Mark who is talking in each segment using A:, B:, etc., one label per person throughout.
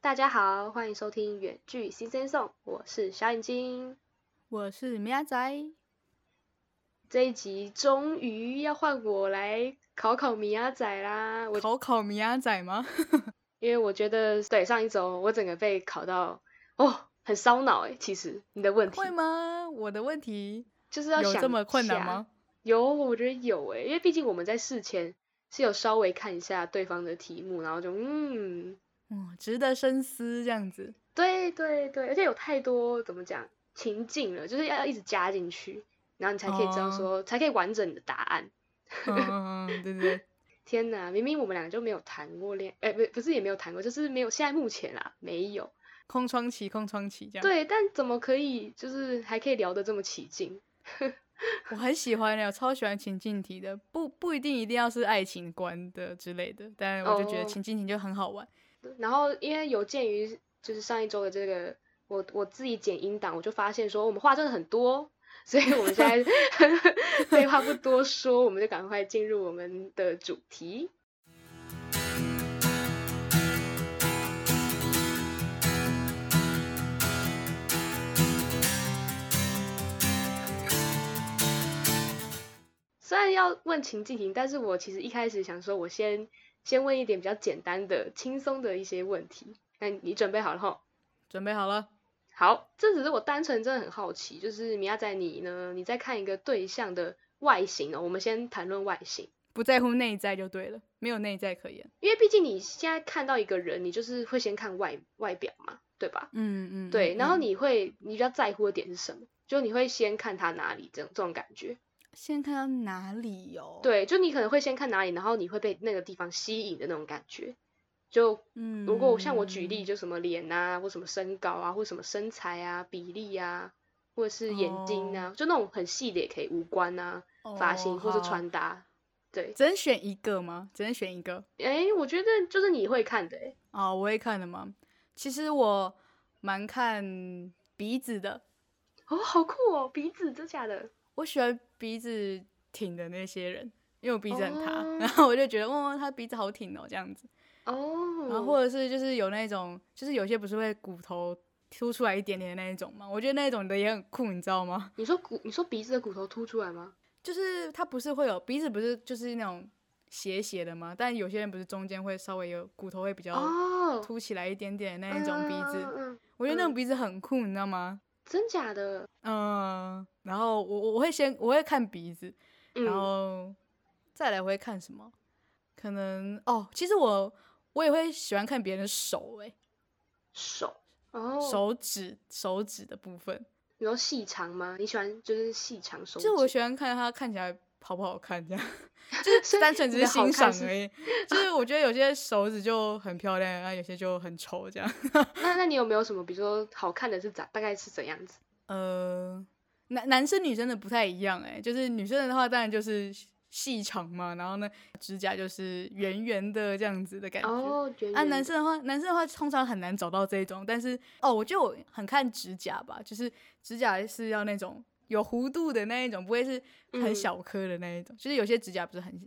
A: 大家好，欢迎收听《远距新生颂》，我是小眼睛。
B: 我是米亚仔，
A: 这一集终于要换我来考考米亚仔啦！ 我
B: 考考米亚仔吗？
A: 因为我觉得对上一周我整个被考到哦，很烧脑哎。其实你的问题
B: 会吗？我的问题
A: 就是要
B: 有
A: 想
B: 这么困
A: 一
B: 难
A: 下
B: 吗？
A: 有，我觉得有欸诶，因为毕竟我们在事前是有稍微看一下对方的题目，然后就嗯，
B: 嗯，值得深思这样 子。
A: 对对对，而且有太多怎么讲情境了，就是要一直加进去，然后你才可以知道
B: 哦
A: 说，才可以完整你的答案。
B: 嗯嗯嗯，对对对，
A: 天哪，明明我们两个就没有谈过恋，哎，不不是也没有谈过，就是没有，现在目前啦没有。
B: 空窗期，空窗期这样。，
A: 对，但怎么可以就是还可以聊得这么起劲？
B: 我很喜欢欸的，我超喜欢情境题的，不不一定一定要是爱情观的之类的，但我就觉得
A: 哦
B: 情境题就很好玩。
A: 然后因为有鉴于就是上一周的这个，我我自己剪音档，我就发现说我们话真的很多，所以我们现在 废话不多说，我们就赶快进入我们的主题。虽然要问情境题，但是我其实一开始想说，我先先问一点比较简单的、轻松的一些问题。那你准备好了吼？
B: 准备好了，
A: 好，这只是我单纯真的很好奇，就是米亚仔你呢？你在看一个对象的外形哦，我们先谈论外形，
B: 不在乎内在就对了，没有内在可言。
A: 因为毕竟你现在看到一个人，你就是会先看外外表嘛，对吧？
B: 嗯嗯，
A: 对，
B: 嗯
A: 然后
B: 嗯
A: 你会你比较在乎的点是什么？就你会先看他哪里，这种这种感觉。
B: 先看到哪里哦？，
A: 对，就你可能会先看哪里，然后你会被那个地方吸引的那种感觉。就
B: 嗯，
A: 如果像我举例，就什么脸啊，或什么身高啊，或什么身材啊、比例啊，或者是眼睛啊，就那种很细的也可以，五官啊、发型、
B: 哦
A: 或是
B: 好
A: 穿搭。对，
B: 只能选一个吗？只能选一个
A: 哎、我觉得就是你会看的、诶
B: 啊、我会看的吗？其实我蛮看鼻子的，
A: 哦，好酷哦，鼻子，真假的？
B: 我喜欢鼻子挺的那些人，因为我鼻子很塌，
A: 哦
B: 然后我就觉得，哇、他鼻子好挺哦，这样子。
A: 哦，
B: 然后或者是就是有那种，就是有些不是会骨头凸出来一点点的那一种嘛，我觉得那一种的也很酷，你知道吗？
A: 你说骨，你说鼻子的骨头凸出来吗？
B: 就是它不是会有鼻子，不是就是那种斜斜的嘛，但有些人不是中间会稍微有骨头会比较
A: 哦，
B: 凸起来一点点的那一种鼻子，
A: 嗯嗯嗯嗯
B: 我觉得那
A: 嗯
B: 种鼻子很酷，你知道吗？
A: 真假的？
B: 嗯，然后我我我会先我会看鼻子，
A: 嗯，
B: 然后再来我会看什么？可能哦，其实我我也会喜欢看别人的手、欸，
A: 手，哦，，
B: 手指手指的部分，
A: 你说细长吗？你喜欢就是细长手
B: 就
A: 指？
B: 是我喜欢看他看起来好不好看， 这样就是单纯只
A: 你的
B: 是
A: 好
B: 欣赏
A: 看是
B: 而已。就是我觉得有些手指就很漂亮，然后有些就很丑，这样。
A: 那那你有没有什么，比如说好看的是咋，大概是怎样子？
B: 呃，男男生女生的不太一样哎、就是女生的话当然就是细长嘛，然后呢指甲就是圆圆的这样子的感觉。
A: 哦，圆
B: 啊，
A: 圆
B: 男
A: 的
B: 生的话，男生的话通常很难找到这一种，但是哦，我觉得我很看指甲吧，就是指甲是要那种有弧度的那一种，不会是
A: 嗯
B: 很小颗的那一种。就是有些指甲不是很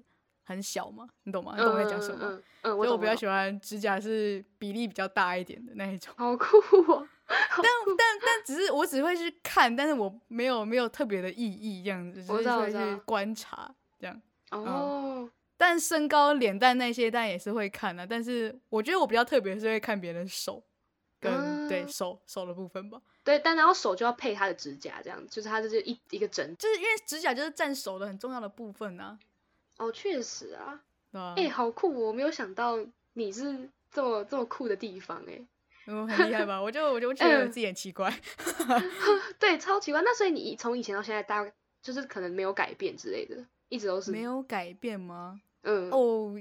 B: 很小嘛，你懂吗？你懂我在讲什么吗？
A: 嗯嗯嗯，嗯
B: 所
A: 我
B: 以我
A: 懂
B: 比较
A: 懂
B: 喜欢指甲是比例比较大一点的那一种。
A: 好酷哦！好酷
B: 但但只是我只会去看，但是我没有没有特别的意义这样子，只
A: 我知
B: 是
A: 道我
B: 会
A: 知道
B: 去观察这样。
A: 哦，
B: 但身高、脸蛋那些，但也是会看的、但是我觉得我比较特别是会看别人的手，跟、
A: 啊
B: 对手手的部分吧，
A: 对，但然后手就要配他的指甲，这样就是他这是一一个整
B: 就是因为指甲就是占手的很重要的部分啊，
A: 哦，确实啊，
B: 对吧、
A: 哎，好酷哦！我没有想到你是这么这么酷的地方哎，
B: 我嗯很厉害吧？我就我就我觉得我自己很奇怪，
A: 对，超奇怪。那所以你从以前到现在，大概就是可能没有改变之类的，一直 都是
B: 没，有改变吗？
A: 嗯，
B: 哦，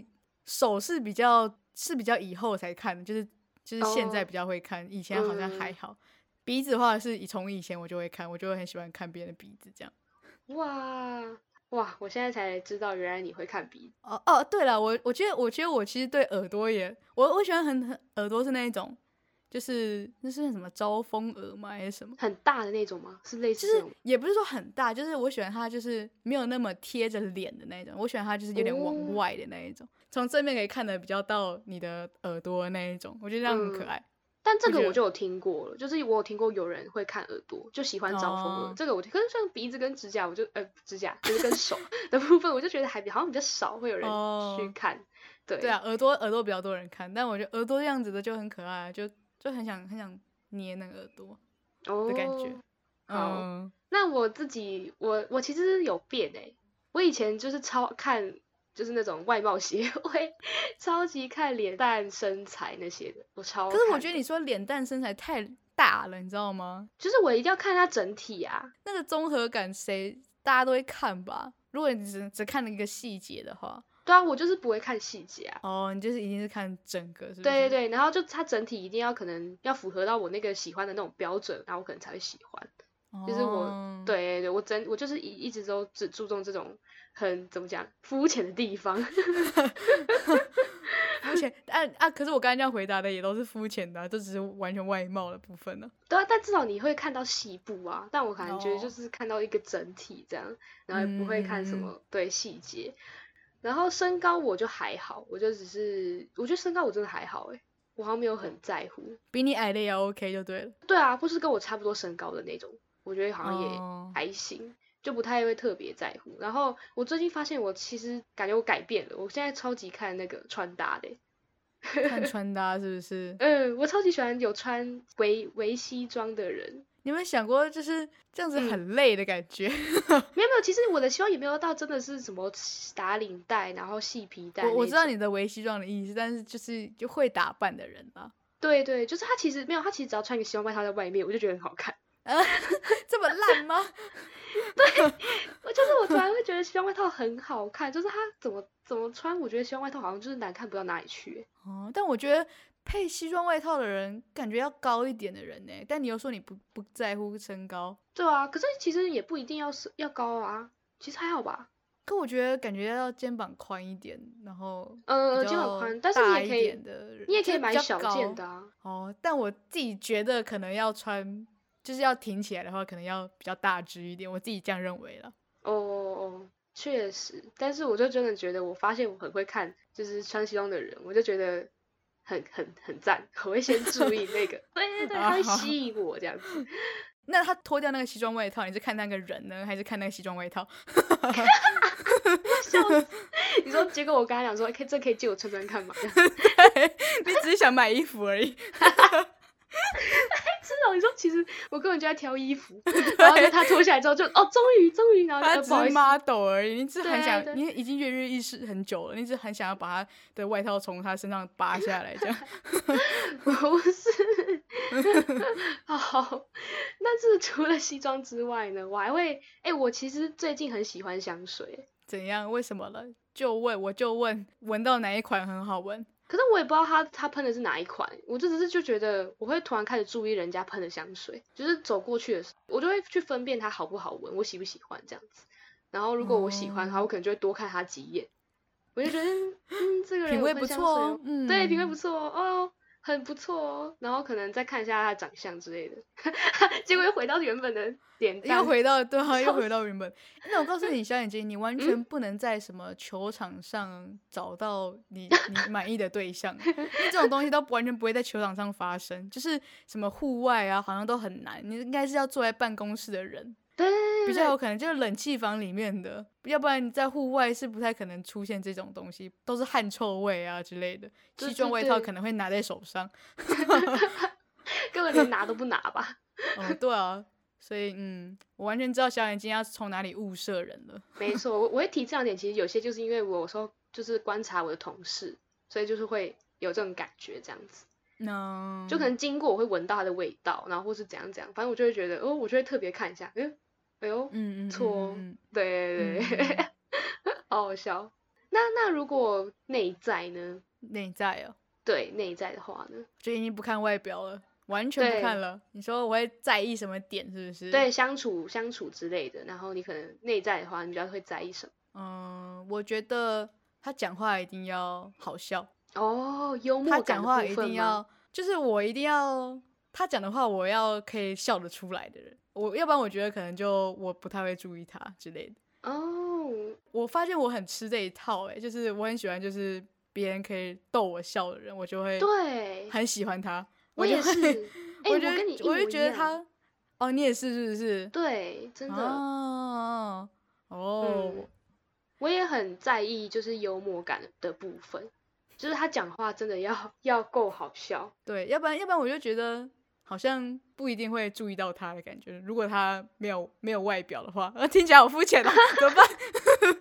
B: 手是比较是比较以后才看的，就是就是现在
A: 哦
B: 比较会看，以前好像还好。鼻子的话是以从以前我就会看，我就会很喜欢看别人的鼻子这样。
A: 哇哇，我现在才知道原来你会看鼻
B: 哦哦，对了，我我觉得我觉得我其实对耳朵也，我我喜欢很很耳朵是那一种，就是那是什么招风耳吗还是什么？
A: 很大的那种吗？是类
B: 就
A: 似这
B: 是
A: 种
B: 也不是说很大，就是我喜欢它就是没有那么贴着脸的那一种，我喜欢它就是有点
A: 哦
B: 往外的那一种，从正面可以看得比较到你的耳朵的那一种，我觉得这样很可
A: 嗯
B: 爱。
A: 但这个
B: 我觉
A: 我就有听过了，就是我有听过有人会看耳朵，就喜欢招风耳。
B: 哦
A: 这个我就跟像鼻子跟指甲，我就呃指甲就是 跟手的部分，我就觉得还比好像比较少会有人去
B: 哦
A: 看。对
B: 对啊，耳朵耳朵比较多人看，但我觉得耳朵这样子的就很可爱，就就很想很想捏那个耳朵
A: 哦
B: 的感觉。
A: 好
B: 嗯，
A: 那我自己，我我其实有变哎、我以前就是超看，就是那种外貌协会， 超级看脸蛋、身材那些的，我超
B: 可
A: 看的。
B: 是我觉得你说脸蛋身材太大了，你知道吗？
A: 就是我一定要看它整体啊，
B: 那个综合感谁大家都会看吧？如果你只只看了一个细节的话，
A: 对啊，我就是不会看细节啊。
B: 哦，你就是一定是看整个，是不是？
A: 对对对，然后就它整体一定要可能要符合到我那个喜欢的那种标准，然后我可能才会喜欢。
B: 对
A: 就是我
B: 哦
A: 对对对，我真我就是一一直都只注重这种很怎么讲肤浅的地方。
B: 肤浅，啊啊！可是我刚才这样回答的也都是肤浅的啊、这只是完全外貌的部分呢、
A: 对啊，但至少你会看到细部啊。但我可能觉得就
B: 哦
A: 是看到一个整体这样，然后也不会看什么、对细节。然后身高我就还好，我就只是我觉得身高我真的还好诶、我好像没有很在乎。
B: 比你矮的也要 OK 就对了。
A: 对啊，或是跟我差不多身高的那种，我觉得好像也
B: 哦
A: 还行，就不太会特别在乎。然后我最近发现我其实感觉我改变了，我现在超级看那个穿搭的、欸。
B: 看穿搭是不是？
A: 嗯，我超级喜欢有穿围围西装的人，
B: 你有没有想过，就是这样子
A: 嗯
B: 很累的感觉？
A: 没有没有，其实我的希望也没有到真的是什么打领带，然后系皮带那
B: 我
A: 种。
B: 我知道你的围西装的意思，但是就是就会打扮的人啊啦、
A: 对对，就是他其实没有，他其实只要穿一个西装外套在外面，我就觉得很好看。
B: 啊， 这么烂吗？
A: 我就是我突然会觉得西装外套很好看，就是他怎么怎么穿，我觉得西装外套好像就是难看不到哪里去。
B: 哦，但我觉得配西装外套的人，感觉要高一点的人呢。但你又说你不不在乎身高，
A: 对啊，可是其实也不一定要是要高啊，其实还好吧。
B: 可我觉得感觉要肩膀宽一点，然后
A: 呃，
B: 比
A: 肩膀
B: 较
A: 宽，但是你
B: 大
A: 也
B: 一
A: 可以
B: 点，的人，
A: 你也
B: 嗯就
A: 可
B: 是
A: 以
B: 比
A: 买
B: 较
A: 小
B: 高
A: 件的啊。
B: 哦。但我自己觉得可能要穿，就是要挺起来的话，可能要比较大只一点。我自己这样认为了。
A: 哦哦哦，确实，但是我就真的觉得，我发现我很会看，就是穿西装的人，我就觉得很很很赞，我会先注意那个，对 对对，他会吸引我这样子。
B: 那他脱掉那个西装外套，你是看那个人呢，还是看那个西装外套？
A: 笑死你说，结果我跟他讲说，哎可以这可以借我穿穿看吗？
B: 你只是想买衣服而已。
A: 是哦，你说其实我根本就在挑衣服，然后就他脱下来之后就哦，终于终于，然后就、
B: 他
A: 呃、
B: 只
A: 不 好
B: 是
A: 意思，
B: model 而已，你只很
A: 对
B: 想，
A: 对
B: 你已经跃跃欲试很久了，你只很想要把他的外套从他身上扒下来，这 样。
A: 不是， 好，但是除了西装之外呢，我还会，哎、我其实最近很喜欢香水，
B: 怎样？为什么了？就问，我就问，闻到哪一款很好闻？
A: 可是我也不知道他他喷的是哪一款，我就只是就觉得我会突然开始注意人家喷的香水，就是走过去的时候，我就会去分辨它好不好闻，我喜不喜欢这样子。然后如果我喜欢的话，
B: 哦
A: 我可能就会多看他几眼，我就觉得嗯，嗯这个人
B: 品
A: 有
B: 味
A: 喷
B: 不
A: 香
B: 错
A: 水
B: 哦
A: 哦，
B: 嗯，
A: 对，品味不错哦，哦，很不错哦。然后可能再看一下他的长相之类的， 结果又回到原本的点
B: 又
A: 单。
B: 回到对 啊，又
A: 笑
B: 回到原本。那我告诉你，小眼睛，你完
A: 嗯
B: 全不能在什么球场上找到 你你满意的对象，因为这种东西都完全不会在球场上发生，就是什么户外啊，好像都很难。你应该是要坐在办公室的人，
A: 对对对
B: 比
A: 对
B: 较
A: 对
B: 有可能就是冷气房里面的，要不然你在户外是不太可能出现这种东西，都是汗臭味啊之类的。
A: 对
B: 西装
A: 对
B: 外套
A: 对
B: 可能会拿在手上，
A: 根本连拿都不拿吧？
B: 哦，对啊，所以嗯，我完全知道小眼睛要从哪里物色人了。
A: 没错，我我会提这两点，其实有些就是因为我有时候就是观察我的同事，所以就是会有这种感觉，这样子，
B: 那
A: 就可能经过我会闻到它的味道，然后或是怎样怎样，反正我就会觉得，哦，我就会特别看一下，哎，哎呦，
B: 嗯嗯嗯
A: 错哦
B: 嗯
A: 对
B: 嗯
A: 对对，
B: 嗯
A: 好好笑。那那如果内在呢？
B: 内在哦，
A: 对内在的话呢？
B: 就已经不看外表了，完全不
A: 对
B: 看了。你说我会在意什么点是不是？
A: 对，相处相处之类的，然后你可能内在的话，你比较会在意什么？
B: 嗯，我觉得他讲话一定要好笑。
A: 哦，幽默
B: 他
A: 感
B: 讲
A: 的
B: 话
A: 部
B: 一
A: 分
B: 定
A: 吗
B: 要，就是我一定要他讲的话，我要可以笑得出来的人，我要不然我觉得可能就我不太会注意他之类的。
A: 哦，
B: 我发现我很吃这一套、欸，就是我很喜欢，就是别人可以逗我笑的人，我就会
A: 对，
B: 很喜欢他。
A: 我也
B: 就是会，我
A: 哎、我
B: 觉
A: 跟你一
B: 得我就
A: 模一
B: 觉得
A: 样
B: 他，哦，你也是是不是？
A: 对，真的，
B: 哦哦，
A: 嗯我也很在意就是幽默感的部分，就是他讲话真的要要够好笑，
B: 对，要不然要不然我就觉得好像不一定会注意到他的感觉。如果他没有没有外表的话， 呃，听起来好肤浅哦，怎么办？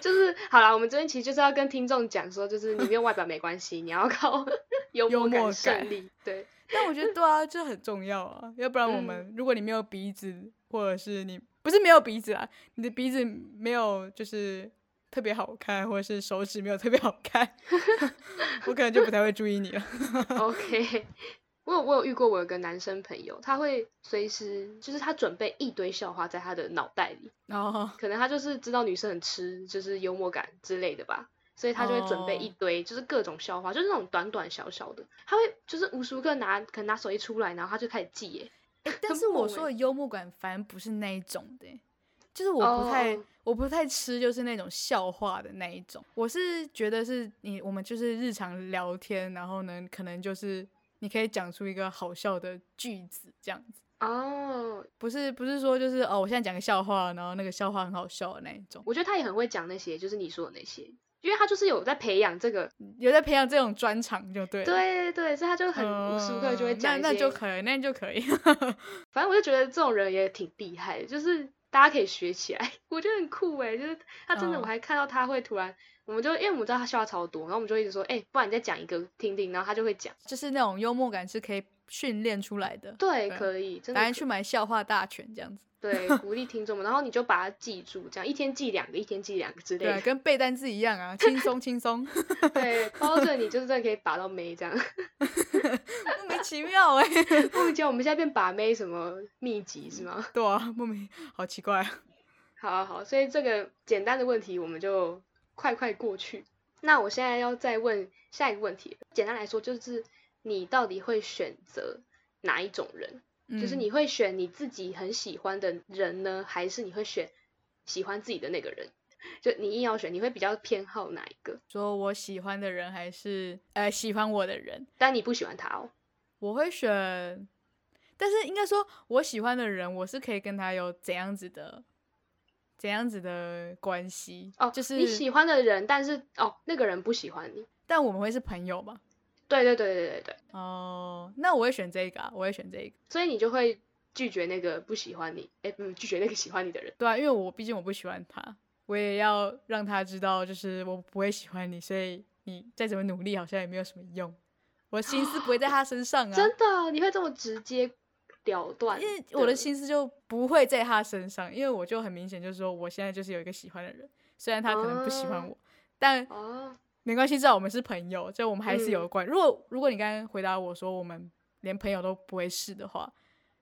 A: 就是好啦，我们这边其实就是要跟听众讲说，就是你没有外表没关系，你要靠 幽
B: 幽
A: 默
B: 默
A: 感
B: 感
A: 胜利。对，
B: 但我觉得对啊，这很重要啊，要不然我们、
A: 嗯
B: 如果你没有鼻子，或者是你不是没有鼻子啊，你的鼻子没有就是特别好看，或者是手指没有特别好看， 我可能就不太会注意你了。
A: OK，我 有我有遇过我有个男生朋友，他会随时就是他准备一堆笑话在他的脑袋里，
B: 然后
A: 可能他就是知道女生很吃就是幽默感之类的吧，所以他就会准备一
B: 哦
A: 堆就是各种笑话，就是那种短短小小的，他会就是无时无刻拿可能拿手机出来，然后他就开始记耶。
B: 欸但
A: 很
B: 是我
A: 猛
B: 说
A: 欸
B: 的幽默感，反而不是那一种的欸、就是我不太
A: 哦
B: 我不太吃，就是那种笑话的那一种。我是觉得是你我们就是日常聊天，然后呢，可能就是你可以讲出一个好笑的句子这样子，
A: 哦，
B: 不是不是说就是哦，我现在讲个笑话，然后那个笑话很好笑的那一种。
A: 我觉得他也很会讲那些，就是你说的那些，因为他就是有在培养这个，
B: 有在培养这种专长就对了。
A: 对对，所以他就很无时无刻就会
B: 嗯
A: 讲一
B: 那那就
A: 些。
B: 可以，那就 可以。
A: 反正我就觉得这种人也挺厉害的，就是大家可以学起来， 我觉得很酷哎、就是他真的，
B: 嗯
A: 我还看到他会突然，我们就因为我们知道他笑话超多，然后我们就一直说，哎、不然你再讲一个听听，然后他就会讲，
B: 就是那种幽默感是可以训练出来的。
A: 对，
B: 对
A: 可以，真的
B: 答案
A: 可
B: 去买笑话大全这样子。
A: 对，鼓励听众们，然后你就把它记住，这样一天记两个，一天记两个之类
B: 对啊，
A: 的，
B: 跟背单词一样啊，轻松轻 松，
A: 对，包准你就是真的可以把到妹这样。
B: 莫名其妙哎、
A: 莫名其妙，我们现在变把妹什么秘籍是吗？
B: 对啊，莫名好奇怪啊。
A: 好好好，所以这个简单的问题我们就快快过去。那我现在要再问下一个问题，简单来说就是你到底会选择哪一种人？就是
B: 嗯
A: 你会选你自己很喜欢的人呢，还是你会选喜欢自己的那个人？就你硬要选，你会比较偏好哪一个？
B: 说我喜欢的人还是呃喜欢我的人，
A: 但你不喜欢他哦。
B: 我会选，但是应该说我喜欢的人，我是可以跟他有怎样子的怎样子的关系
A: 哦，
B: 就是
A: 你喜欢的人，但是哦，那个人不喜欢你。
B: 但我们会是朋友嘛。
A: 对对对对对对，
B: 哦、那我会选这个啊，我会选这个，
A: 所以你就会拒绝那个不喜欢你，哎，不，拒绝那个喜欢你的人。
B: 对啊，因为我毕竟我不喜欢他，我也要让他知道，就是我不会喜欢你，所以你再怎么努力好像也没有什么用，我心思不会在他身上啊，
A: 真的，你会这么直接了断？
B: 因为我的，心思就不会在他身上，因为我就很明显就是说，我现在就是有一个喜欢的人，虽然他可能不喜欢
A: 哦
B: 我，但
A: 哦，
B: 没关系，至少我们是朋友，就我们还是有
A: 嗯
B: 关。如果如果你刚刚回答我说我们连朋友都不会是的话，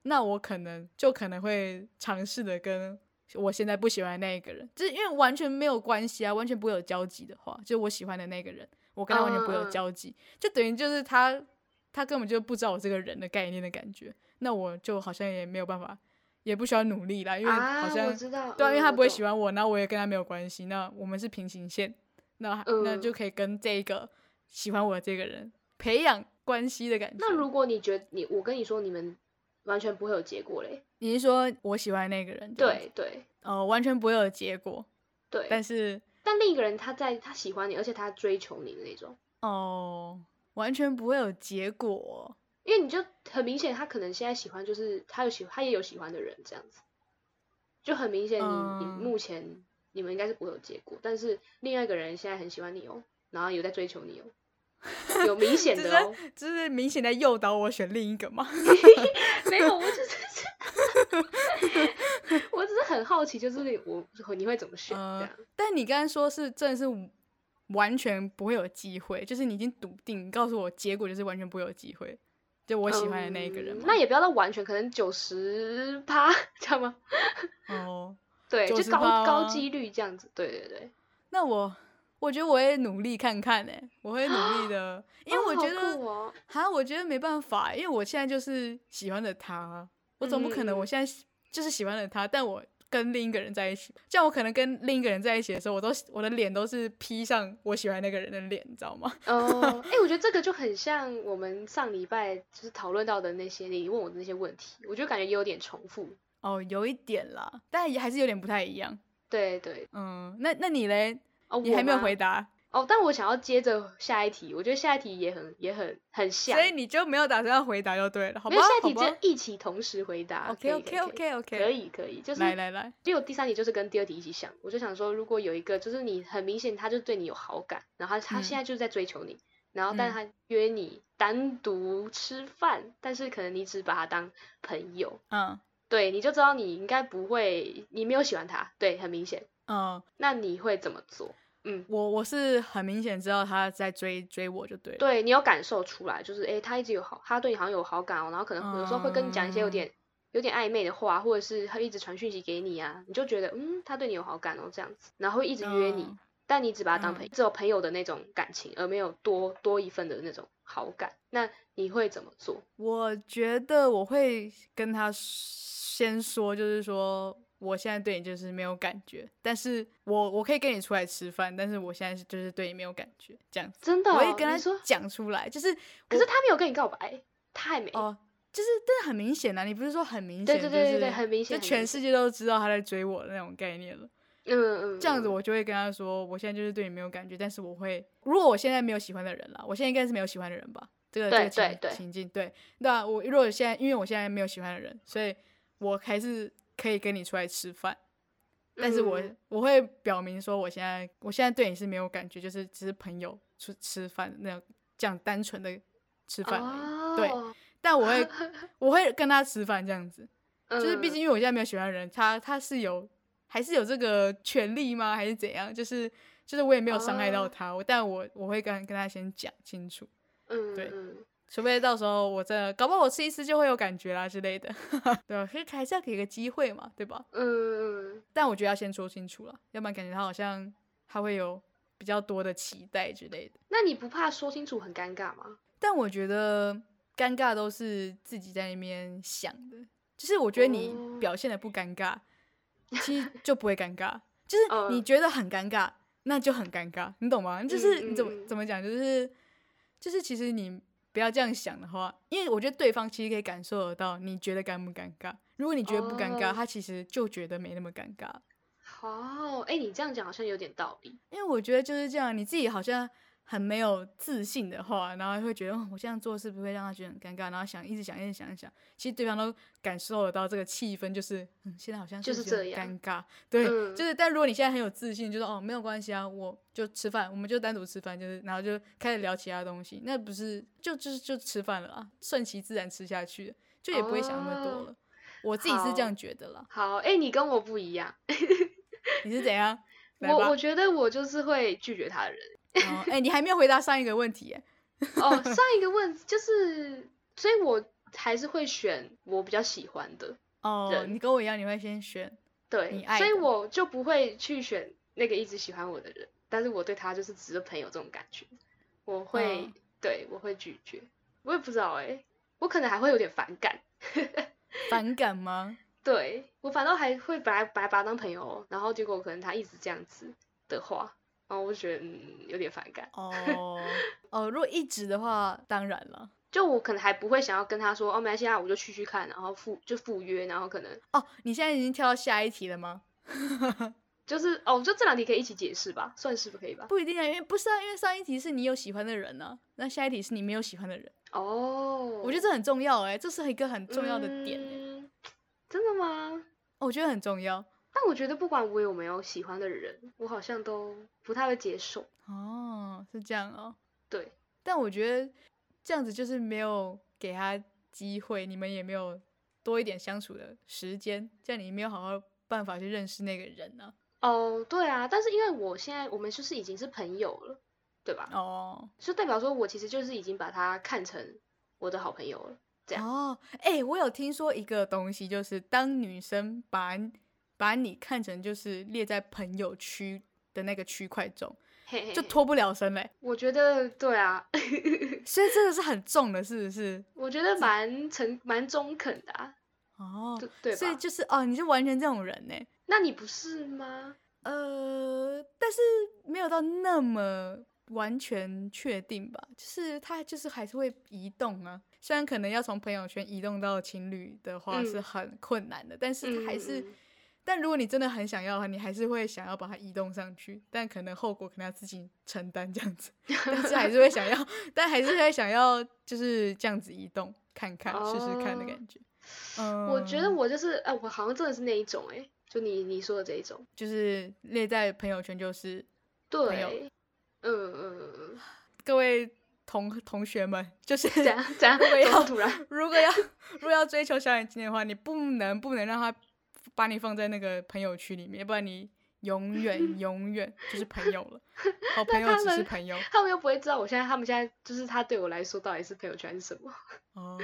B: 那我可能就可能会尝试的跟我现在不喜欢的那一个人，就是因为完全没有关系啊，完全不会有交集的话，就是我喜欢的那个人，我跟他完全不会
A: 嗯嗯
B: 有
A: 嗯
B: 交集，就等于就是他他根本就不知道我这个人的概念的感觉，那我就好像也没有办法，也不需要努力啦，因为
A: 啊，
B: 好像、
A: 我知道，
B: 对啊，因为
A: 嗯
B: 他不会喜。
A: 我懂
B: 欢我，那我也跟他没有关系，那我们是平行线，那、那
A: 嗯
B: 就可以跟这个喜欢我的这个人培养关系的感觉。
A: 那如果你觉得你，我跟你说，你们完全不会有结果嘞。
B: 你是说我喜欢那个人，这样子，
A: 对对
B: 呃，完全不会有结果，
A: 对，
B: 但是
A: 但另一个人他在他喜欢你，而且他追求你的那种，
B: 哦、完全不会有结果。
A: 因为你就很明显，他可能现在喜欢就是他有喜，他也有喜欢的人这样子，就很明显你，你
B: 嗯
A: 目前你们应该是不会有结果，但是另外一个人现在很喜欢你哦，然后有在追求你 哦，有明显
B: 这
A: 的哦。
B: 是这是明显在诱导我选另一个嘛？
A: 没有，我只是， 我只是很好奇，就是你我你会怎么选 这
B: 呃
A: 样？，
B: 但你刚刚说是真的是完全不会有机会，就是你已经笃定，你告诉我结果就是完全不会有机会，就我喜欢的那一个人
A: 嗯
B: 嘛、
A: 那也不要到完全，可能九十趴， 这样吗？
B: 哦，
A: 对，就
B: 90%
A: 高高
B: 吗
A: 几率这样子。对 对对，
B: 那我我觉得我也努力看看呢、我会努力的， 因为
A: 哦
B: 我
A: 好
B: 觉得
A: 酷哦
B: 哈、我觉得没办法、因为我现在就是喜欢的他，我总不可能
A: 嗯嗯
B: 我现在喜就是喜欢了他，但我跟另一个人在一起。这样我可能跟另一个人在一起的时候，我都我的脸都是披上我喜欢那个人的脸，你知道吗？
A: 哦，哎，我觉得这个就很像我们上礼拜就是讨论到的那些你问我的那些问题，我觉得感觉也有点重复。
B: 哦，有一点啦，但也还是有点不太一样。
A: 对对，
B: 嗯，那那你嘞？
A: 哦，
B: 你
A: 我
B: 还没有
A: 吗
B: 回答，
A: 哦，但我想要接着下一题，我觉得下一题也很也很很像
B: 所，以你就没有打算要回答就对了，好
A: 没
B: 吧？
A: 有下
B: 好
A: 一题就
B: 吧
A: 一起同时回答。啊可以
B: ？OK OK
A: 可以
B: OK
A: 可
B: OK，
A: 以可以，就是
B: 来来来，
A: 因为我第三题就是跟第二题一起想，我就想说，如果有一个就是你很明显他就对你有好感，然后他他
B: 嗯
A: 现在就是在追求你，然后但
B: 嗯
A: 他约你单独吃饭，但是可能你只把他当朋友，
B: 嗯
A: 对，你就知道你应该不会，你没有喜欢他，对，很明显。
B: 嗯，
A: 那你会怎么做？嗯，
B: 我我是很明显知道他在追追我就对了。
A: 对你有感受出来，就是诶，他一直有好，他对你好像有好感哦，然后可能有时候会跟你讲一些有点、有点暧昧的话，或者是他一直传讯息给你啊，你就觉得嗯，他对你有好感哦，这样子，然后会一直约你，
B: 嗯
A: 但你只把他当朋友，
B: 嗯
A: 只有朋友的那种感情，而没有多多一份的那种好感。那你会怎么做？
B: 我觉得我会跟他先说，就是说我现在对你就是没有感觉，但是我我可以跟你出来吃饭，但是我现在是就是对你没有感觉，这样子，
A: 真的、
B: 我
A: 哦，
B: 会跟
A: 你
B: 他
A: 说，
B: 讲出来，就是
A: 可是他没有跟你告白，他还没。
B: 哦。就是，但是很明显啊，你不是说很明显，
A: 对对对对对，
B: 就是
A: 很明显，
B: 就全世
A: 是
B: 界都知道他在追我的那种概念了。
A: 嗯嗯，
B: 这样子
A: 嗯
B: 我就会跟他说，我现在就是对你没有感觉，但是我会，如果我现在没有喜欢的人啦，我现在应该是没有喜欢的人吧？这个这
A: 对
B: 个情
A: 对对
B: 情境，对，那我如果现在因为我现在没有喜欢的人，所以我还是可以跟你出来吃饭，但是我、
A: 嗯
B: 我会表明说，我现在我现在对你是没有感觉，就是只是朋友出吃饭那样这样单纯的吃饭而已，对
A: 哦
B: 但我会我会跟他吃饭这样子，就是毕
A: 嗯
B: 竟因为我现在没有喜欢的人，他他是有还是有这个权利吗？还是怎样？就是就是我也没有伤害到
A: 哦
B: 他，我但我我会跟跟他先讲清楚，
A: 嗯
B: 对
A: 嗯
B: 除非到时候我真的搞不好我吃一次就会有感觉啦之类的， 对啊吧？可是还是要给个机会嘛，对吧？
A: 嗯嗯
B: 但我觉得要先说清楚了，要不然感觉他好像他会有比较多的期待之类的。
A: 那你不怕说清楚很尴尬吗？
B: 但我觉得尴尬都是自己在那边想的，就是我觉得你
A: 哦
B: 表现的不尴尬，其实就不会尴尬。就是
A: 嗯
B: 你觉得很尴尬，那就很尴尬，你懂吗？就是
A: 嗯
B: 你怎么
A: 嗯
B: 怎么讲，就是就是其实你不要这样想的话，因为我觉得对方其实可以感受得到你觉得尴不尴尬。如果你觉得不尴尬，
A: 哦
B: 他其实就觉得没那么尴尬。
A: 哦，哎，你这样讲好像有点道理。
B: 因为我觉得就是这样，你自己好像很没有自信的话，然后会觉得、哦我这样做是不是会让他觉得很尴尬，然后想一直想一直想一直想，其实对方都感受得到这个气氛，就是嗯，现在好像
A: 就是是
B: 不很
A: 这
B: 尴
A: 样
B: 尬，对，
A: 嗯
B: 就是但如果你现在很有自信，就是哦没有关系啊，我就吃饭，我们就单独吃饭，就是然后就开始聊其他东西，那不是就就是就吃饭了啊，顺其自然吃下去了，就也不会想那么多
A: 哦
B: 了。我自己是这
A: 好
B: 样觉得啦，
A: 好，哎，你跟我不一样，
B: 你是怎 样？来
A: 我
B: 吧
A: 我觉得我就是会拒绝他的人。
B: 哦哎、你还没有回答上一个问题耶、
A: 哦，上一个问就是，所以我还是会选我比较喜欢的，
B: 哦，
A: 人
B: 你跟我一样，你会先选你
A: 对，
B: 爱
A: 所以
B: 的
A: 我就不会去选那个一直喜欢我的人，但是我对他就是只是朋友这种感觉，我会，
B: 嗯
A: 对我会拒绝，我也不知道哎、我可能还会有点反感。
B: 反感 吗？
A: 对我反倒还会把他把他把他当朋友哦，然后结果可能他一直这样子的话，然后我就觉得嗯有点反感。
B: 哦 哦，如果一直的话，当然了。
A: 就我可能还不会想要跟他说哦，没关系啊，我就去去看，然后赴就赴约，然后可能
B: 哦，你现在已经跳到下一题了吗？
A: 就是哦，就这两题可以一起解释吧，算是不可以吧？
B: 不一定啊，因为不是啊，因为上一题是你有喜欢的人呢、那下一题是你没有喜欢的人。
A: 哦，
B: 我觉得这很重要哎、这是一个很重要的点、欸
A: 嗯真的吗？
B: 哦我觉得很重要
A: 但我觉得不管我有没有喜欢的人，我好像都不太会接受。
B: 哦，是这样哦。
A: 对，
B: 但我觉得这样子就是没有给他机会，你们也没有多一点相处的时间，这样你没有好好办法去认识那个人呢、
A: 哦，对啊，但是因为我现在我们就是已经是朋友了，对吧？
B: 哦，
A: 就代表说我其实就是已经把他看成我的好朋友了。这样
B: 哦，哎、我有听说一个东西，就是当女生把你把你看成就是列在朋友区的那个区块中，
A: 嘿嘿
B: 就
A: 嘿
B: 脱不了身嘞、
A: 我觉得对啊，
B: 所以这个是很重的，是不是？
A: 我觉得蛮诚蛮中肯的啊，
B: 哦，
A: 对对
B: 所以
A: 吧？
B: 就是哦，你是完全这种人呢、
A: 那你不是吗？
B: 呃，但是没有到那么完全确定吧，就是它就是还是会移动啊。虽然可能要从朋友圈移动到情侣的话
A: 嗯
B: 是很困难的，但是它还是，
A: 嗯嗯嗯
B: 但如果你真的很想要的话，你还是会想要把它移动上去，但可能后果可能要自己承担这 样子，但是还是会想要，但还是会想要就是这样子移动看看试试看的
A: 哦
B: 感觉。嗯，
A: 我觉得我就是，哎、我好像真的是那一种、哎，就你你说的这一种，
B: 就是列在朋友圈就是友
A: 对，嗯嗯 嗯，
B: 各位同同学们，就是
A: 这样这样，
B: 我也
A: 怎么
B: 要
A: 突然，
B: 如果要 如果要追求小眼睛的话，你不能不能让他把你放在那个朋友区里面，要不然你永 远永远就是朋友了，好朋友
A: 他
B: 只是
A: 们
B: 朋 友
A: 他们又不会知道我现在，他们现在就是他对我来说到底是朋友圈还是什么，
B: 哦。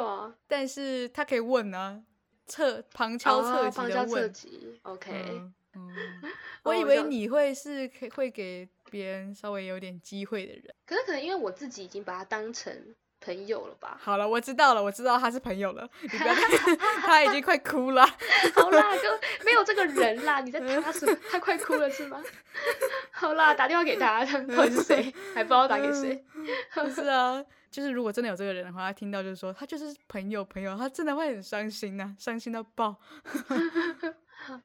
A: 啊，
B: 但是他可以问啊，侧旁敲
A: 哦
B: 侧
A: 旁
B: 击
A: 敲
B: 的
A: 侧
B: 问。
A: 击，OK，、
B: 嗯嗯，
A: 哦
B: 我以
A: 我
B: 为
A: 就
B: 你会是可以会给别人稍微有点机会的人。
A: 可是可能因为我自己已经把他当成朋友了吧，
B: 好了，我知道了，我知道他是朋友了。你不要再， 他已经快哭了。
A: 好啦，就没有这个人啦，你在他什么？他快哭了是吗？ 好啦，打电话给他，他到底是谁？还不知道打给谁。
B: 嗯不是啊，就是如果真的有这个人的话，他听到就是说他就是朋友朋友，他真的会很伤心呐、伤心到爆。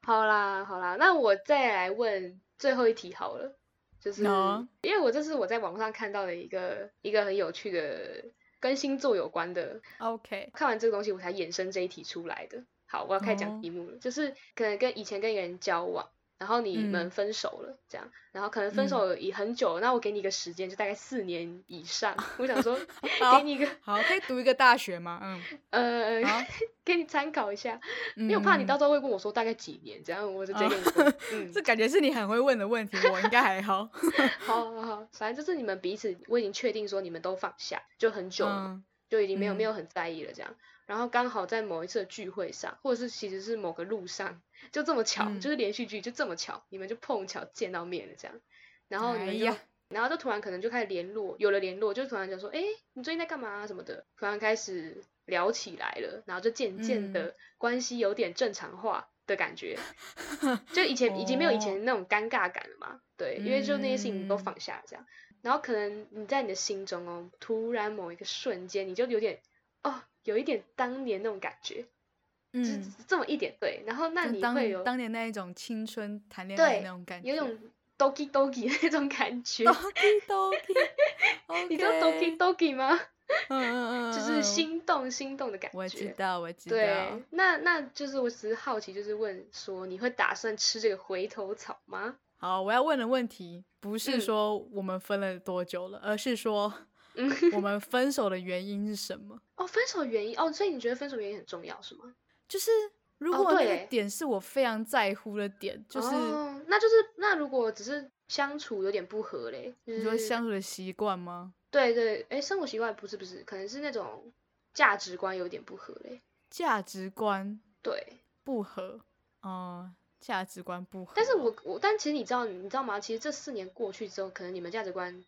A: 好啦，好啦，那我再来问最后一题好了，就是
B: 哦
A: 因为我这是我在网上看到的一个一个很有趣的跟星座有关的，
B: OK，
A: 看完这个东西我才衍生这一题出来的。好，我要开始
B: 哦
A: 讲题目了，就是可能跟以前跟一个人交往，然后你
B: 嗯
A: 们分手了，这样，然后可能分手已很久了，那我给你一个时间，就大概四年 以上。我想说，
B: 好
A: 给你一个
B: 好，可以读一个大学吗？嗯，
A: 呃
B: 好，
A: 给你参考一下，
B: 因
A: 因为我怕你到时候会问我说大概几年，这样我就直接跟你说，嗯，
B: 嗯哦 这感觉是你很会问的问题，我应该还 好。
A: 好好好，反正就是你们彼此，我已经确定说你们都放下，就很久了嘛，
B: 嗯
A: 就已经没有没
B: 嗯
A: 有很在意了这样。然后刚好在某一次的聚会上，或者是其实是某个路上，就这么巧，
B: 嗯
A: 就是连续剧就这么巧，你们就碰巧见到面了这样。然后你
B: 哎
A: 们就，
B: 呀
A: 然后就突然可能就开始联络，有了联络就突然就说，哎，你最近在干嘛、啊、什么的，突然开始聊起来了，然后就渐
B: 嗯
A: 渐的关系有点正常化的感 觉。就以前已经没有以
B: 哦
A: 前那种尴尬感了嘛，对，因为就那些事情都
B: 嗯
A: 放下这样，然后可能你在你的心中哦，突然某一个瞬间，你就有点哦，有一点当年那种感觉，就是
B: 嗯，
A: 这么一点对，然后那
B: 就
A: 你
B: 当
A: 会有
B: 当年那一种青春谈恋爱的
A: 对
B: 那种感觉，
A: 有种 doki doki 那种感觉，
B: doki doki，
A: 你知道 doki doki 吗？
B: 嗯嗯嗯，
A: 就是
B: 嗯，
A: 心动心动的感
B: 我知
A: 觉。
B: 道我知道
A: 对，，那那就是我只是好奇，就是问说你会打算吃这个回头草吗？
B: 好，我要问的问题不是
A: 嗯
B: 说我们分了多久了，而是 说
A: 嗯，
B: 我们分手的原因是什么。
A: 哦，分手原因哦，所以你觉得分手原因很重要是吗？
B: 就是如
A: 哦
B: 果那
A: 对
B: 个
A: 耶
B: 点是我非常在乎的点，就是、
A: 哦，那就是那如果只是相处有点不合嘞，就
B: 你说
A: 是
B: 相处的习惯吗？
A: 对对，哎，生活习惯不是不是，可能是那种价值观有点不合嘞，
B: 价值观
A: 对。
B: 不合，嗯、价值观不合哦。
A: 但是我我但其实你知道你知道吗？其实这四年过去之后，可能你们价值观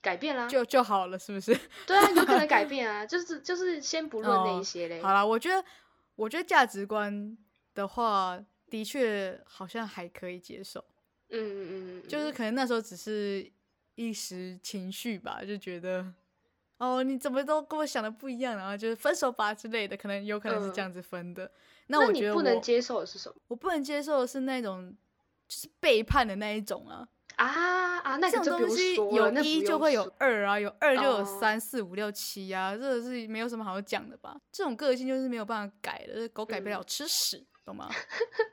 A: 改变啦，
B: 就就好了，是不是？
A: 对啊，有可能 改变啊，就是就是先不论那
B: 哦
A: 一些嘞，
B: 好啦，我觉得，我觉得价值观的话，的确好像还可以接受。
A: 嗯嗯嗯，
B: 就是
A: 嗯
B: 可能那时候只是一时情绪吧，就觉得哦，你怎么都跟我想的不一样，然后就是分手吧之类的，可能有可能是这
A: 嗯
B: 样子分的。
A: 那
B: 我
A: 你
B: 觉得
A: 不能
B: 我
A: 接受的是什么
B: 我不能接受的是那种就是背叛的那一种啊，
A: 啊啊？那
B: 这
A: 个就
B: 种
A: 不
B: 东
A: 用
B: 西
A: 说
B: 有
A: 了，那
B: 一
A: 不
B: 就
A: 用
B: 会有
A: 说
B: 二啊，有二就有
A: 哦
B: 三四五六七啊，这个是没有什么好讲的吧？这种个性就是没有办法改的，狗改不了
A: 嗯
B: 吃屎，懂吗？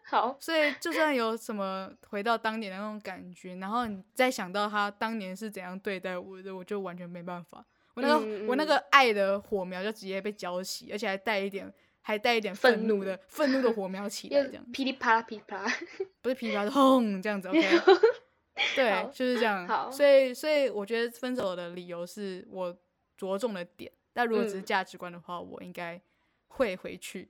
A: 好，
B: 所以就算有什么回到当年的那种感觉，然后你再想到他当年是怎样对待我的，我就完全没办法。我那个、
A: 嗯
B: 我那
A: 嗯
B: 个爱的火苗就直接被浇熄，而且还带一点还带一点
A: 愤
B: 愤怒
A: 怒
B: 的愤怒的火苗起
A: 又
B: 来，这样
A: 噼里啪啦噼里啪啦，
B: 不是噼里啪啦，轰这样子。OK，对
A: 好，
B: 就是这样。
A: 好
B: 所以所以我觉得分手的理由是我着重的点，但如果只是
A: 嗯
B: 价值观的话，我应该会回去，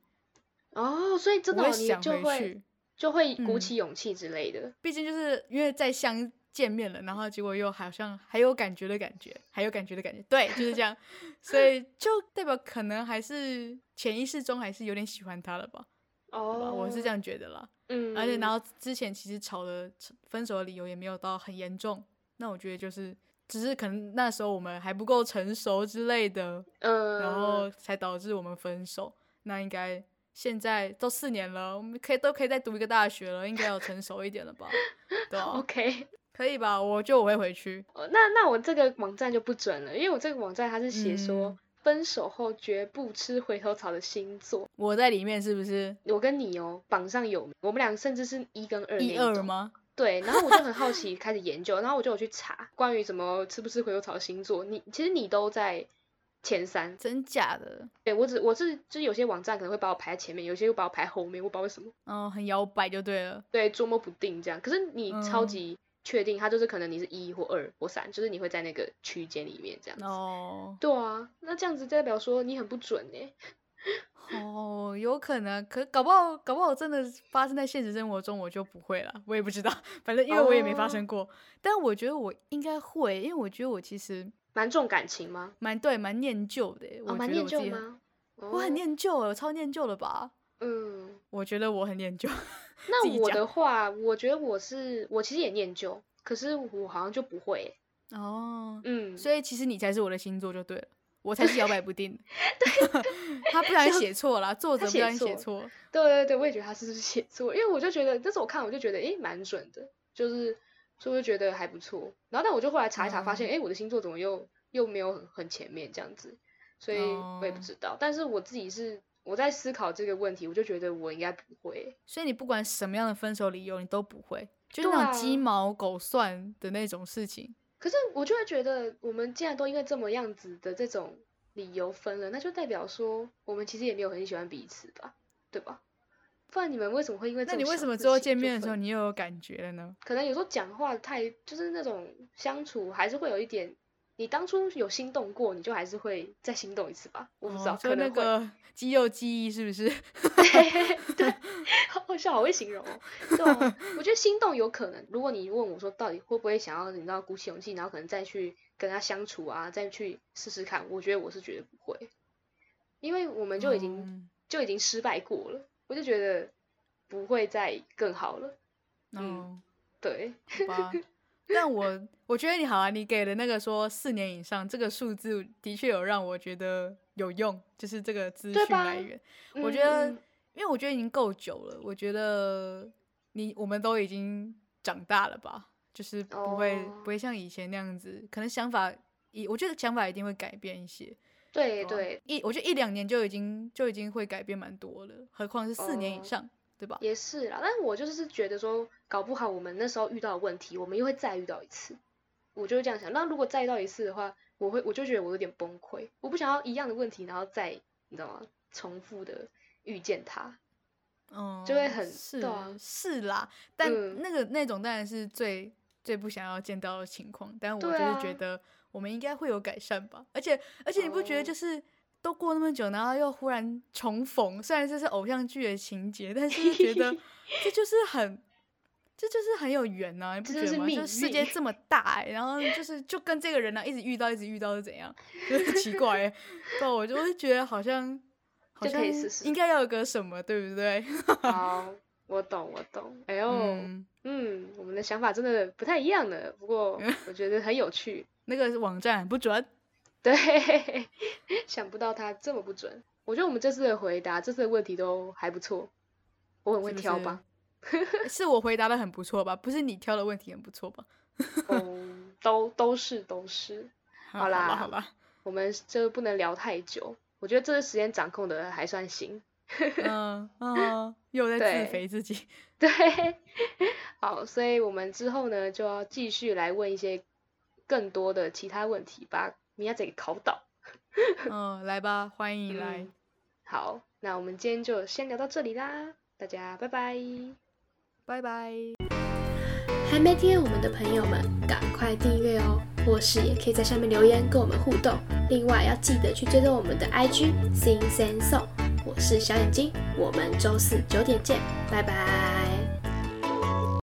A: 哦，所以真
B: 我
A: 的
B: 会
A: 哦你
B: 想
A: 就
B: 回
A: 会
B: 去。
A: 就会鼓
B: 嗯
A: 起勇气之类的。
B: 毕竟就是因为在相见面了，然后结果又好像还有感觉的感觉，还有感觉的感觉，对，就是这样， 所以就代表可能还是潜意识中还是有点喜欢他了吧，对吧？
A: 哦，
B: 我是这样觉得啦，
A: 嗯，
B: 而且然后之前其实吵的吵分手的理由也没有到很严重，那我觉得就是只是可能那时候我们还不够成熟之类的，
A: 嗯，
B: 然后才导致我们分手。那应该现在都四年了，我们可以都可以再读一个大学了，应该有成熟一点了吧？对 啊，
A: OK，
B: 可以吧？我就我会回去。
A: 哦那那我这个网站就不准了，因为我这个网站它是写说、
B: 嗯
A: 分手后绝不吃回头草的星座，
B: 我在里面是不是
A: 我跟你哦榜上有名，我们俩甚至是一跟二那
B: 一
A: 一种
B: 二吗？
A: 对，然后我就很好奇，开始研究，然后我就有去查关于什么吃不吃回头草星座，你其实你都在前三。
B: 真假的？
A: 对我只我是就是有些网站可能会把我排在前面，有些又把我排后面，我不知道为什么。
B: 嗯，很摇摆就对了。
A: 对，捉摸不定这样。可是你超
B: 嗯
A: 级确定，它就是可能你是一或二或三，就是你会在那个区间里面这样子。
B: 哦
A: 对啊，那这样子代表说你很不准哎、
B: 哦，有可能，可搞不好，搞不好真的发生在现实生活中，我就不会了，我也不知道，反正因为我也没发
A: 哦
B: 生过。但我觉得我应该会，因为我觉得我其实
A: 蛮重感情吗？
B: 蛮对，蛮念旧的。
A: 哦，
B: 我
A: 蛮
B: 觉得
A: 念
B: 我
A: 旧
B: 自己很？
A: 吗？哦
B: 我很。念旧欸，我超念旧了吧？
A: 嗯，
B: 我觉得我很念旧。
A: 那
B: 自己
A: 我
B: 讲
A: 的话，我觉得我是我其实也念旧，可是我好像就不会、欸。
B: 哦，
A: 嗯，
B: 所以其实你才是我的星座就对了，我才是摇摆不定的。 他不小心写错了，作
A: 他
B: 者不
A: 写
B: 小心写
A: 错
B: 错。
A: 对对对，我也觉得他是不是写错，因为我就觉得，但是我看我就觉得，诶，蛮准的，就是所以我就觉得还不错。然后，但我就后来查一查，发现，
B: 哦
A: 诶，我的星座怎么又又没有很很前面这样子，所以我也不
B: 哦
A: 知道。但是我自己是我在思考这个问题，我就觉得我应该不会。
B: 所以你不管什么样的分手理由，你都不会，就是
A: 对
B: 那
A: 啊
B: 种鸡毛狗蒜的那种事情。
A: 可是我就会觉得，我们既然都因为这么样子的这种理由分了，那就代表说我们其实也没有很喜欢彼此吧，对吧？不然你们为什么会因为这
B: 那你
A: 种
B: 为
A: 小
B: 什么
A: 事
B: 最后
A: 情
B: 见
A: 就
B: 面的时
A: 分
B: 候，你又有感觉了呢？
A: 可能有时候讲话太就是那种相处还是会有一点，你当初有心动过，你就还是会再心动一次吧。我不知道，
B: 哦就
A: 可
B: 那
A: 能会。
B: 个肌肉记忆是不是？
A: 对 对，好好笑，好会形容哦。对啊我觉得心动有可能。如果你问我说到底会不会想要，你知道鼓起勇气，然后可能再去跟他相处啊，再去试试看，我觉得我是绝对不会，因为我们就已经、
B: 嗯
A: 就已经失败过了，我就觉得不会再更好了。嗯
B: 哦，
A: 对，
B: 好吧。那 我我觉得你好啊，你给的那个说四年以上这个数字，的确有让我觉得有用，就是这个资
A: 对
B: 讯
A: 吧
B: 来源。我
A: 嗯
B: 觉得，
A: 嗯
B: 因为我觉得已经够久了，我觉得你我们都已经长大了吧，就是不会、
A: 哦
B: 不会像以前那样子，可能想法一，我觉得想法一定会改变一些。
A: 对
B: 吧
A: 对，
B: 一我觉得一两年就已经就已经会改变蛮多了，何况是四年
A: 哦
B: 以上，对吧？
A: 也是啦，但我就是觉得说，搞不好我们那时候遇到的问题，我们又会再遇到一次。我就是这样想。那如果再遇到一次的话，我会我就觉得我有点崩溃，我不想要一样的问题，然后再你知道吗？重复的遇 见他。
B: 嗯，
A: 就会很
B: 是、
A: 对啊
B: 是啦，但
A: 嗯
B: 那个、那种当然是最最不想要见到的情况，但我就
A: 对啊
B: 是觉得我们应该会有改善吧。而且而且你不觉
A: 哦
B: 得就是都过那么久，然后又忽然重逢，虽然这是偶像剧的情节，但是就觉得 这就是很。这就是很有缘呐、你不觉
A: 这就
B: 得
A: 是
B: 吗？
A: 命
B: 就世界
A: 运
B: 这么大、欸，然后就是就跟这个人呢、啊一直遇到，一直遇到是怎样？就是奇怪、欸， 对啊，我就会觉得好像好
A: 就
B: 像
A: 可以试试
B: 应该要有个什么，对不对？
A: 好，我懂，我懂。哎呦，嗯
B: 嗯，
A: 我们的想法真的不太一样呢。不 过我觉得很有趣。
B: 那个网站很不准。
A: 对， 想不到他这么不准。我觉得我们这次的回答，这次的问题都还不错。我很会
B: 是不
A: 挑
B: 是
A: 吧？
B: 是我回答的很不错吧？不是你挑的问题很不错吧？
A: 哦，都都是都是，好啦
B: 吧，好吧。
A: 我们这不能聊太久。我觉得这个时间掌控的还算行。
B: 嗯嗯，又在
A: 对
B: 自肥自己。
A: 对，好，所以我们之后呢就要继续来问一些更多的其他问题，把米亚姐给考倒。
B: 嗯，来吧，欢迎你来，
A: 嗯好，那我们今天就先聊到这里啦，大家拜拜。
B: 拜拜。
A: 还没订阅我们的朋友们，赶快订阅哦！或是也可以在下面留言跟我们互动。另外要记得去追踪我们的 IG Sing Sing Song。我是小眼睛，我们周四九点见，拜拜。